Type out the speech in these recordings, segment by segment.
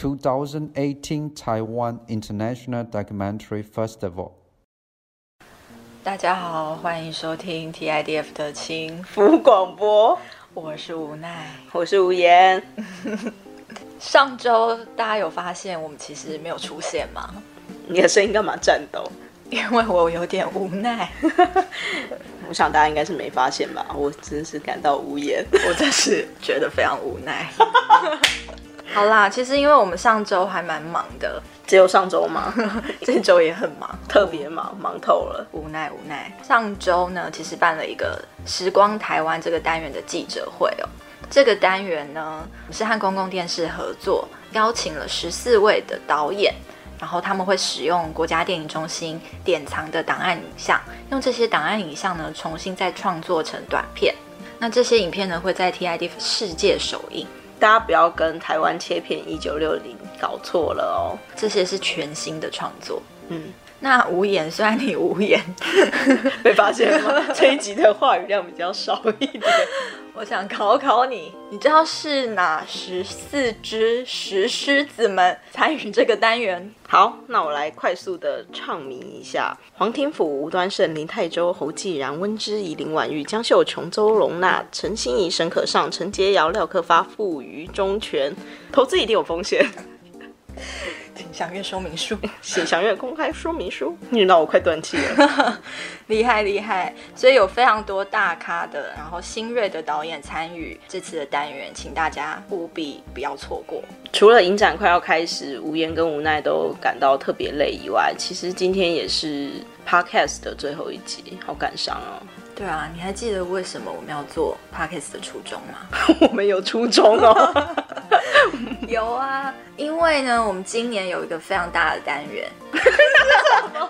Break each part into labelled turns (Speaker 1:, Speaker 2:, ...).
Speaker 1: 2018 Taiwan International Documentary Festival。
Speaker 2: 大家好，欢迎收听 TIDF 的轻浮广播，我是无奈。
Speaker 3: 我是吴言，
Speaker 2: 上周大家有发现我们其实没有出现吗？
Speaker 3: 你的声音干嘛颤抖？
Speaker 2: 因为我有点无奈，
Speaker 3: 我想大家应该是没发现吧，我真是感到无言。
Speaker 2: 我真是觉得非常无奈。好啦，其实因为我们上周还蛮忙的，
Speaker 3: 只有上周吗？
Speaker 2: 这周也很忙，
Speaker 3: 特别忙，忙透了。
Speaker 2: 无奈无奈。上周呢，其实办了一个“时光台湾”这个单元的记者会哦。这个单元呢，我们是和公共电视合作，邀请了十四位的导演，然后他们会使用国家电影中心典藏的档案影像，用这些档案影像呢，重新再创作成短片。那这些影片呢，会在 TID 世界首映。
Speaker 3: 大家不要跟台湾切片一九六零搞错了哦。
Speaker 2: 这些是全新的创作。
Speaker 3: 嗯，
Speaker 2: 那无言，虽然你无言，
Speaker 3: 被发 现吗？这一集的话语量比较少一点。
Speaker 2: 我想考考你，你知道是哪十四只石狮子们参与这个单元？
Speaker 3: 好，那我来快速的唱名一下：黄天甫、吴端盛、林泰州、侯继然、温之怡、林婉玉、江秀琼、周龙娜、陈心怡、沈可尚、陈洁瑶、廖克发、傅于中全。投资一定有风险，
Speaker 2: 请详阅说明书。
Speaker 3: 请详阅公开说明书。你让我快断气了。
Speaker 2: 厉害厉害，所以有非常多大咖的，然后新锐的导演参与这次的单元，请大家务必不要错过。
Speaker 3: 除了影展快要开始，无言跟无奈都感到特别累以外，其实今天也是 podcast 的最后一集，好感伤哦。
Speaker 2: 对啊，你还记得为什么我们要做 podcast 的初衷吗？
Speaker 3: 我们有初衷 哦。
Speaker 2: 有啊，因为呢，我们今年有一个非常大的单元，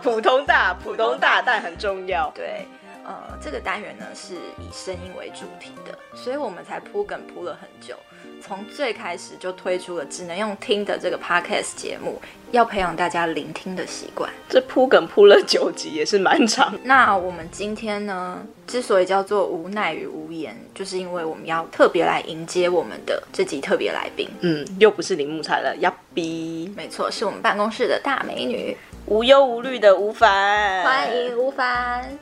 Speaker 3: 普通大，普通大，但很重要。
Speaker 2: 对，呃，这个单元呢是以声音为主题的，所以我们才铺梗铺了很久。从最开始就推出了只能用听的这个 podcast 节目，要培养大家聆听的习惯。
Speaker 3: 这铺梗铺了九集，也是蛮长。
Speaker 2: 那我们今天呢，之所以叫做无奈与无言，就是因为我们要特别来迎接我们的这集特别来宾。
Speaker 3: 嗯，又不是林木材了，呀比
Speaker 2: 没错，是我们办公室的大美女，
Speaker 3: 无忧无虑的吴凡，
Speaker 2: 欢迎。吴凡。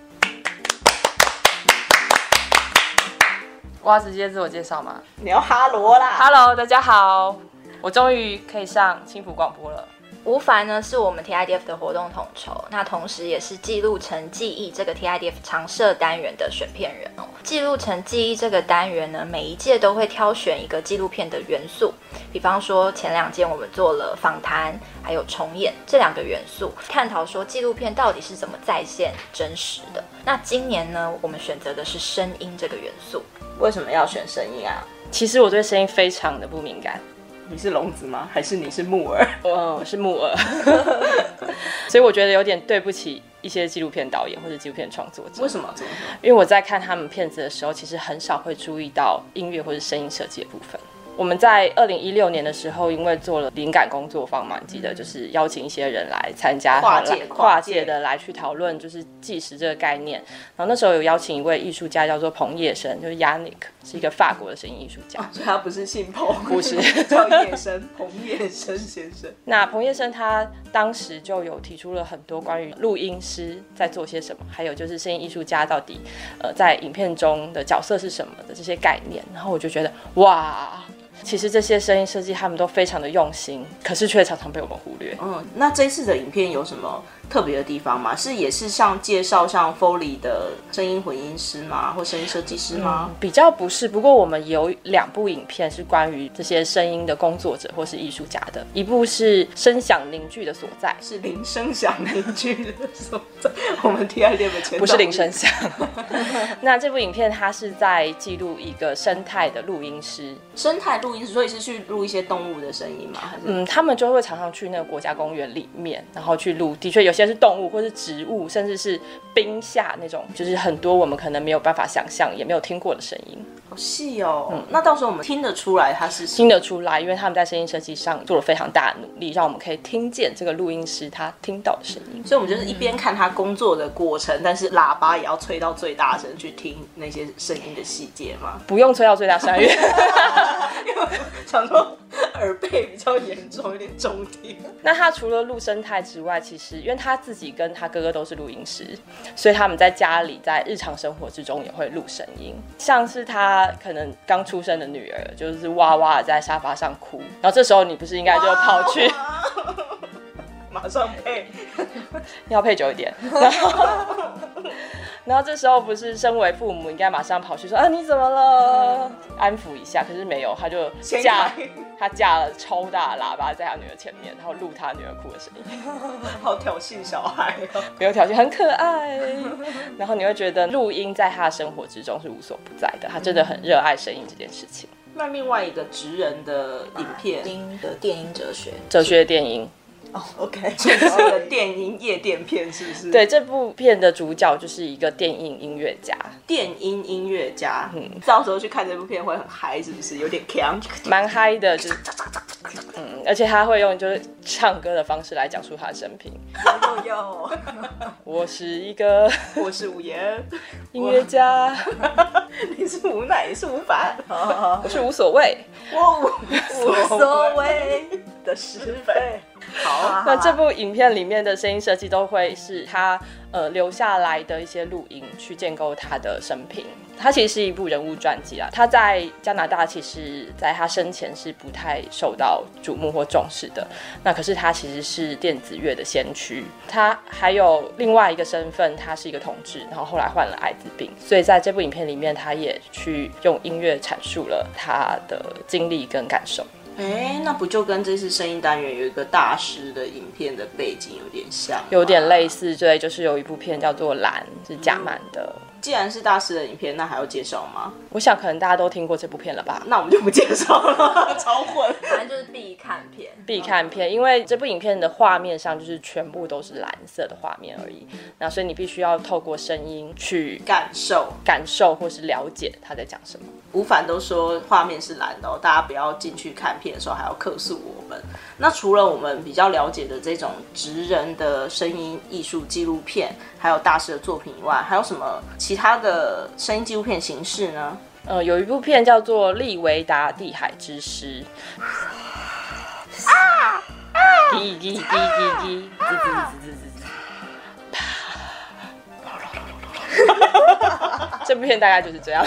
Speaker 4: 我要直接自我介绍吗
Speaker 3: 你要哈罗啦，
Speaker 4: ？Hello，大家好，我终于可以上青浦广播了。
Speaker 2: 吴凡呢是我们 TIDF 的活动统筹，那同时也是记录成记忆这个 TIDF 常设单元的选片人哦。记录成记忆这个单元呢，每一届都会挑选一个纪录片的元素，比方说前两届我们做了访谈，还有重演这两个元素，探讨说纪录片到底是怎么再现真实的。那今年呢，我们选择的是声音这个元素。
Speaker 3: 为什么要选声音啊？
Speaker 4: 其实我对声音非常的不敏感，
Speaker 3: 你是聋子吗？还是你是木耳？
Speaker 4: 我是木 耳，所以我觉得有点对不起一些纪录片导演或者纪录片创作者。
Speaker 3: 为什么？怎么说？
Speaker 4: 因为我在看他们片子的时候，其实很少会注意到音乐或者声音设计的部分。我们在二零一六年的时候，因为做了灵感工作坊嘛，你记得就是邀请一些人来参加
Speaker 3: 嗯跨界
Speaker 4: 来
Speaker 3: 跨
Speaker 4: 跨
Speaker 3: 界
Speaker 4: 界的来去讨论，就是纪实这个概念。然后那时候有邀请一位艺术家叫做彭业生，就是 Yannick，是一个法国的声音艺术家。
Speaker 3: 哦所以他不是姓彭，
Speaker 4: 不是
Speaker 3: 叫叶 生，彭叶生先生。
Speaker 4: 那彭业生他当时就有提出了很多关于录音师在做些什么，还有就是声音艺术家到底呃在影片中的角色是什么的这些概念。然后我就觉得哇，其实这些声音设计他们都非常的用心，可是却常常被我们忽略。
Speaker 3: 嗯，那这次的影片有什么特别的地方吗？是也是像介绍像 Foley 的声音混音师吗，或声音设计师吗？
Speaker 4: 比较不是，不过我们有两部影片是关于这些声音的工作者或是艺术家的，一部是声响凝聚的所在，
Speaker 3: 是铃声响那句的所在，我们 T I 列的前
Speaker 4: 不是铃声响。那这部影片它是在记录一个生态的录音师，
Speaker 3: 生态录音，所以是去录一些动物的声音吗？还是
Speaker 4: 嗯，他们就会常常去那个国家公园里面，然后去录。的确，有些是动物，或是植物，甚至是冰下那种，就是很多我们可能没有办法想象，也没有听过的声音，
Speaker 3: 好细哦、那到时候我们听得出来它是
Speaker 4: 嗯听得出来，因为他们在声音设计上做了非常大的努力，让我们可以听见这个录音师他听到的声 音。
Speaker 3: 所以我们就是一边看他工作的过程，但是喇叭也要吹到最大声去听那 些声音的细节嘛。
Speaker 4: 不用吹到最大声，因为
Speaker 3: 想说耳背比较严重，有点中听。
Speaker 4: 那他除了录生态之外，其实因为他自己跟他哥哥都是录音师，所以他们在家里在日常生活之中也会录声音。像是他可能刚出生的女儿，就是哇哇地在沙发上哭，然后这时候你不是应该就
Speaker 3: 哦
Speaker 4: 跑去
Speaker 3: 马上配，
Speaker 4: 要配久一点，然后 然后这时候不是身为父母应该马上跑去说啊你怎么了，安抚一下，可是没有，他就
Speaker 3: 先
Speaker 4: 架
Speaker 3: 开
Speaker 4: 他架了超大的喇叭在他女儿前面，然后录他女儿哭的声音。
Speaker 3: 好挑衅小孩哦、
Speaker 4: 没有条件，很可爱。 然后你会觉得录音在他的生活之中是无所不在的，他真的很热爱声音这件事情。
Speaker 3: 那另外一个职人的影
Speaker 4: 啊
Speaker 3: 片
Speaker 2: 音的电音哲学，
Speaker 4: 哲学电音，
Speaker 3: ，OK，就是个电音夜店片，是不是？，
Speaker 4: 对这部片的主角就是一个电音音乐家，
Speaker 3: 电音音乐家，嗯，到时候去看这部片会很嗨，是不是？有点强，
Speaker 4: 蛮嗨的，就是嗯，而且他会用就是唱歌的方式来讲述他的生平。
Speaker 2: 又又
Speaker 4: 我是一个
Speaker 3: 我是五言，
Speaker 4: 音乐家，
Speaker 3: 你是无奈，你是无 法，
Speaker 4: 我是无所谓。
Speaker 3: 我无
Speaker 2: 无所谓
Speaker 3: 的是非。好，啊
Speaker 4: 那这部影片里面的声音设计都会是他呃留下来的一些录音，去建构他的生平。他其实是一部人物传记啦。他在加拿大，其实在他生前是不太受到瞩目或重视的。那可是他其实是电子乐的先驱。他还有另外一个身份，他是一个同志，然后后来患了艾滋病。所以在这部影片里面，他也去用音乐阐述了他的经历跟感受。
Speaker 3: 哎，那不就跟这次声音单元有一个大师的影片的背景有点像，
Speaker 4: 有点类。似，对，就是有一部片叫做《蓝》，是贾曼的。
Speaker 3: 既然是大师的影片，那还要介绍吗？
Speaker 4: 我想可能大家都听过这部片了吧，
Speaker 3: 那我们就不介绍了， 超混。
Speaker 2: 反正就是必看片。
Speaker 4: 必看片，因为这部影片的画面上就是全部都是蓝色的画面而已，那所以你必须要透过声音去
Speaker 3: 感受，
Speaker 4: 感受或是了解他在讲什么。
Speaker 3: 吴凡都说画面是蓝的、哦，大家不要进去看片的时候还要客诉我们。那除了我们比较了解的这种职人的声音艺术纪录片，还有大师的作品以外，还有什么其他的声音纪录片形式呢？
Speaker 4: 呃，有一部片叫做《利维达地海之诗》。啊！ 滴滴滴滴滴，滋滋滋滋 滋滋。啪这部片大概就是这样。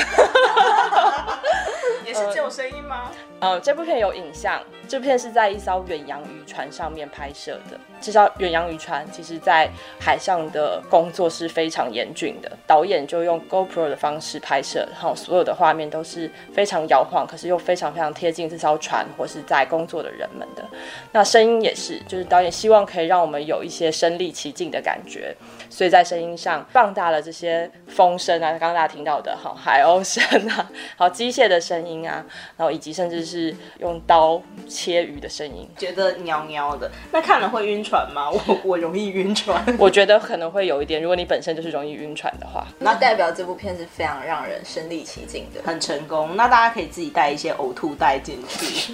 Speaker 3: 也是只有声音吗？
Speaker 4: 呃，这部片有影像，这部片是在一艘远洋渔船上面拍摄的。这艘远洋渔船其实在海上的工作是非常严峻的，导演就用 GoPro 的方式拍摄，然后所有的画面都是非常摇晃，可是又非常非常贴近这艘船或是在工作的人们的。那声音也是，就是导演希望可以让我们有一些身临其境的感觉，所以在声音上放大了这些风声啊，刚刚大家听到的哈，海鸥声啊，好机械的声音啊，然后以及甚至是用刀切鱼的声音，
Speaker 3: 觉得喵喵的，那看了会晕船吗？我我容易晕船。
Speaker 4: 我觉得可能会有一点，如果你本身就是容易晕船的话，
Speaker 2: 那代表这部片是非常让人身临其境的。
Speaker 3: 很成功，那大家可以自己带一些呕吐袋进去。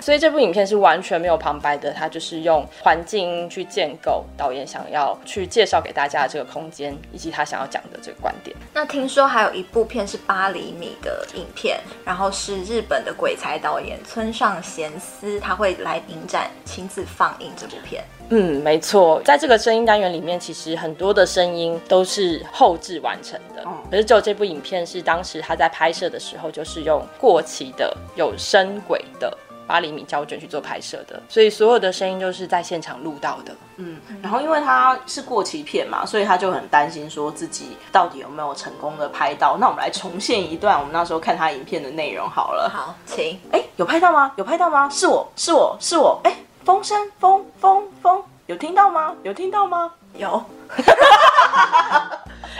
Speaker 4: 所以这部影片是完全没有旁白的，它就是用环境去建构导演想要去介绍给大家的这个空间，以及他想要讲的这个观点。
Speaker 2: 那听说还有一部片是八厘米的影片，然后是日本的鬼才导演村上贤司，他会来影展亲自放映这部片。
Speaker 4: 嗯，没错，在这个声音单元里面，其实很多的声音都是后置完成的。可是只有这部影片是当时他在拍摄的时候，就是用过期的有声轨的八厘米胶卷去做拍摄的，所以所有的声音都是在现场录到的。
Speaker 3: 然后因为他是过期片嘛，所以他就很担心说自己到底有没有成功的拍到。那我们来重现一段我们那时候看他影片的内容好了。
Speaker 2: 好，请
Speaker 3: 哎，有拍到吗？有拍到吗？是我是我是我。哎，风声风风风，有听到吗？有听到吗？
Speaker 2: 有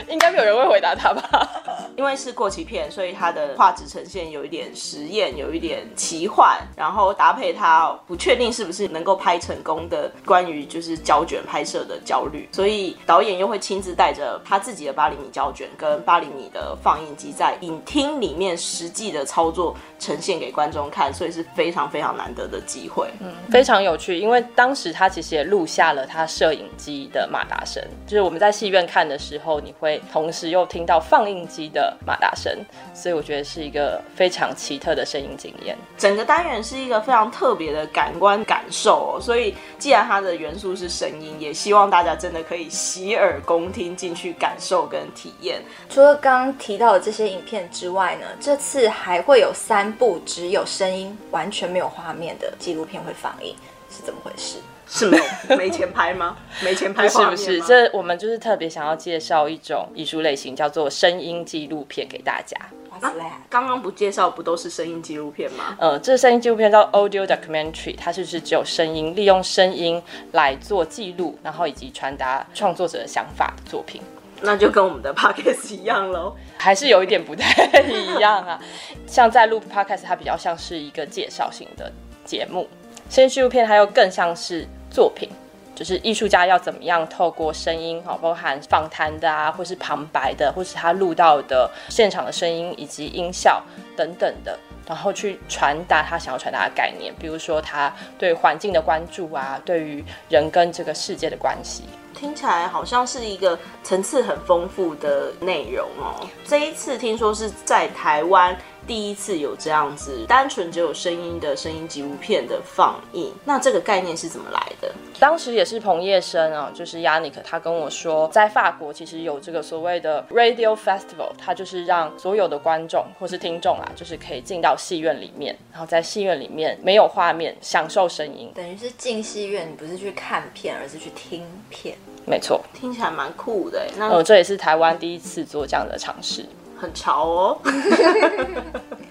Speaker 4: 应该没有人会回答他吧？
Speaker 3: 因为是过期片，所以它的画质呈现有一点实验，有一点奇幻，然后搭配它不确定是不是能够拍成功的关于就是胶卷拍摄的焦虑，所以导演又会亲自带着他自己的八厘米胶卷跟八厘米的放映机在影厅里面实际的操作呈现给观众看，所以是非常非常难得的机会。
Speaker 4: 非常有趣，因为当时他其实也录下了他摄影机的马达声，就是我们在戏院看的时候，你会同时又听到放映机的的马达声，所以我觉得是一个非常奇特的声音经验。
Speaker 3: 整个单元是一个非常特别的感官感受、哦，所以既然它的元素是声音，也希望大家真的可以洗耳恭听，进去感受跟体验。
Speaker 2: 除了刚刚提到的这些影片之外呢，这次还会有三部只有声音完全没有画面的纪录片会放映，是怎么回事？
Speaker 3: 是没有没钱拍 吗？没钱拍
Speaker 4: 不是
Speaker 3: 画面
Speaker 4: 不是，
Speaker 3: 吗
Speaker 4: 这我们就是特别想要介绍一种艺术类型，叫做声音纪录片给大家。
Speaker 2: 哇塞！
Speaker 3: 刚刚不介绍不都是声音纪录片吗？
Speaker 4: 呃，这声音纪录片叫 audio documentary，它就是只有声音，利用声音来做记录，然后以及传达创作者的想法的作品。
Speaker 3: 那就跟我们的 podcast 一样喽。
Speaker 4: 还是有一点不太一样啊。像在录 podcast，它比较像是一个介绍型的节目；声音纪录片它又更像是作品，就是艺术家要怎么样透过声音，好包含访谈的啊，或是旁白的，或是他录到的现场的声音以及音效等等的。然后去传达他想要传达的概念，比如说他对环境的关注啊，对于人跟这个世界的关系。
Speaker 3: 听起来好像是一个层次很丰富的内容哦。这一次听说是在台湾第一次有这样子单纯只有声音的声音纪录片的放映，那这个概念是怎么来的？
Speaker 4: 当时也是彭业生啊，就是 Yannick，他跟我说，在法国其实有这个所谓的 Radio Festival，它就是让所有的观众或是听众啊，就是可以进到戏院里面，然后在戏院里面没有画面，享受声音。
Speaker 2: 等于是进戏院，你不是去看片，而是去听片。
Speaker 4: 没错，
Speaker 3: 听起来蛮酷的耶，欸
Speaker 4: 呃，
Speaker 3: 那
Speaker 4: 这也是台湾第一次做这样的尝试。
Speaker 3: 很潮哦。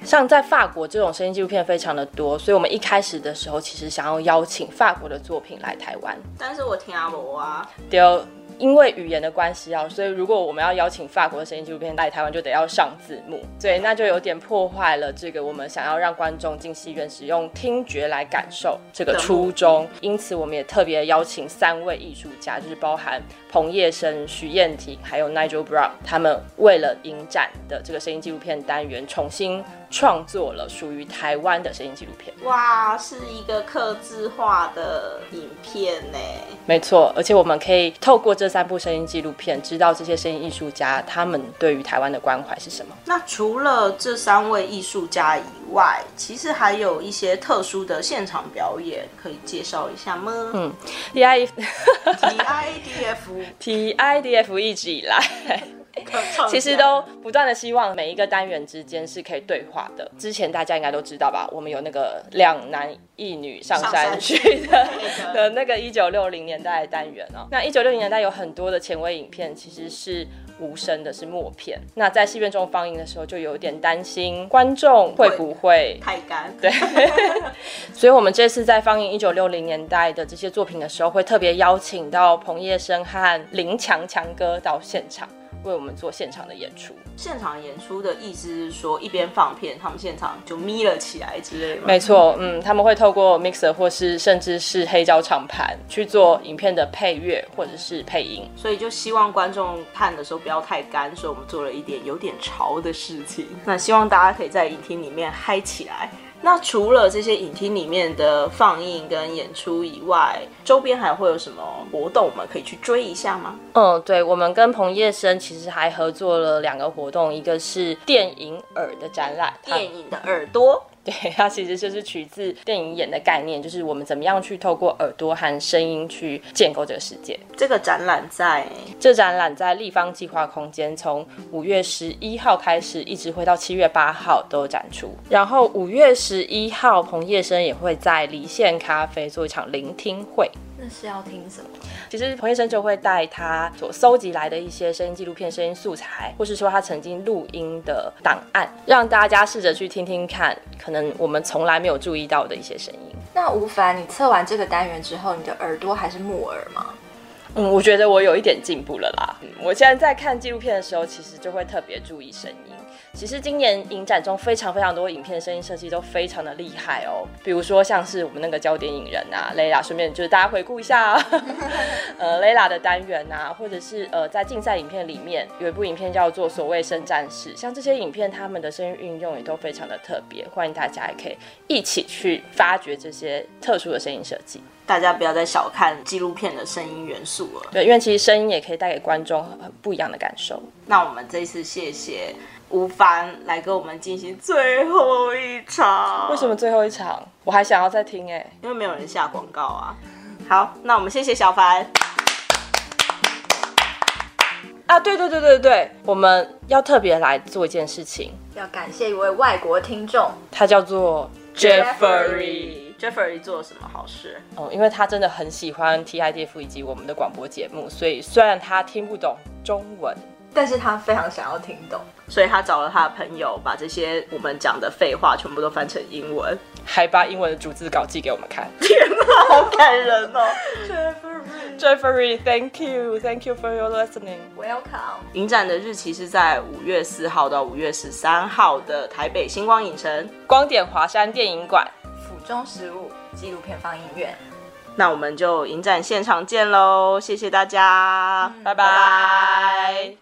Speaker 4: 像在法国这种声音纪录片非常的多，所以我们一开始的时候其实想要邀请法国的作品来台湾，
Speaker 3: 但是我听阿伯啊，
Speaker 4: 丢。因为语言的关系啊，所以如果我们要邀请法国的声音纪录片来台湾，就得要上字幕，对，那就有点破坏了这个我们想要让观众进戏院使用听觉来感受这个初衷。因此，我们也特别邀请三位艺术家，就是包含彭业生、徐燕婷还有 Nigel Brown，他们为了影展的这个声音纪录片单元，重新创作了属于台湾的声音纪录片。
Speaker 3: 哇，是一个刻字化的影片欸呢。
Speaker 4: 没错，而且我们可以透过这三部声音纪录片，知道这些声音艺术家他们对于台湾的关怀是什么。
Speaker 3: 那除了这三位艺术家以外，其实还有一些特殊的现场表演，可以介绍一下吗？嗯
Speaker 4: T I
Speaker 3: ，T I D F
Speaker 4: T I D F 一直以 来，其实都不断的希望每一个单元之间是可以对话的。之前大家应该都知道吧，我们有那个两男一女上山去的 的那个一九六零年代的单元哦。那一九六零年代有很多的前卫影片其实是无声的，是默片。那在戏院中放映的时候，就有点担心观众会不会
Speaker 3: 太干，
Speaker 4: 对，所以我们这次在放映一九六零年代的这些作品的时候，会特别邀请到彭业生和林强强哥到现场为我们做现场的演出。
Speaker 3: 现场演出的意思是说，一边放片，他们现场就眯了起来之类吗？
Speaker 4: 没错，嗯，他们会透过 mixer 或是甚至是黑胶唱盘去做影片的配乐或者是配音。
Speaker 3: 所以就希望观众看的时候不要太干，所以我们做了一点有点潮的事情。那希望大家可以在影厅里面嗨起来。那除了这些影厅里面的放映跟演出以外，周边还会有什么活动我们可以去追一下吗？
Speaker 4: 嗯，对，我们跟彭业生其实还合作了两个活动，一个是电影耳的展览，它
Speaker 3: 电影的耳朵，
Speaker 4: 对，它其实就是取自电影眼的概念，就是我们怎么样去透过耳朵和声音去建构这个世界。
Speaker 3: 这个展览在
Speaker 4: 这展览在立方计划空间从五月十一号开始，一直会到七月八号都有展出。然后五月十一号，彭业生也会在离线咖啡做一场聆听会。
Speaker 2: 那是要听什么？
Speaker 4: 其实彭医生就会带他所搜集来的一些声音纪录片、声音素材，或是说他曾经录音的档案，让大家试着去听听看，可能我们从来没有注意到的一些声音。
Speaker 2: 那吴凡，你测完这个单元之后，你的耳朵还是木耳吗？
Speaker 4: 嗯，我觉得我有一点进步了啦。嗯我现在在看纪录片的时候，其实就会特别注意声音。其实今年影展中非常非常多影片声音设计都非常的厉害哦，比如说像是我们那个焦点影人啊，雷拉，顺便就是大家回顾一下、啊， 呃，雷拉的单元啊，或者是呃，在竞赛影片里面有一部影片叫做《所谓圣战士》，像这些影片他们的声音运用也都非常的特别，欢迎大家也可以一起去发掘这些特殊的声音设计。
Speaker 3: 大家不要再小看纪录片的声音元素了。
Speaker 4: 对，因为其实声音也可以带给观众很很不一样的感受。
Speaker 3: 那我们这一次谢谢吴凡来跟我们进行最后一场，
Speaker 4: 为什么？最后一场我还想要再听哎、
Speaker 3: 因为没有人下广告啊。好，那我们谢谢小凡。
Speaker 4: 啊，对对对对对，我们要特别来做一件事情，
Speaker 2: 要感谢一位外国听众，
Speaker 4: 它叫做 Jeffrey。
Speaker 3: Jeffrey 做了什么好事？
Speaker 4: 哦，因为他真的很喜欢 TIDF 以及我们的广播节目，所以虽然他听不懂中文，
Speaker 2: 但是他非常想要听懂。
Speaker 3: 所以他找了他的朋友，把这些我们讲的废话全部都翻成英文。
Speaker 4: 还把英文的逐字稿寄给我们 看。
Speaker 3: 天哪，好感人哦！Jeffrey，
Speaker 4: Jeffrey，thank you，thank you for your listening。
Speaker 2: Welcome，
Speaker 3: 影展的日期是在五月四号到五月十三号的台北星光影城。
Speaker 4: 光点华山电影馆，
Speaker 2: 府中食物纪录片放映院，
Speaker 3: 那我们就影展现场见喽，谢谢大家，
Speaker 4: 拜
Speaker 3: 拜拜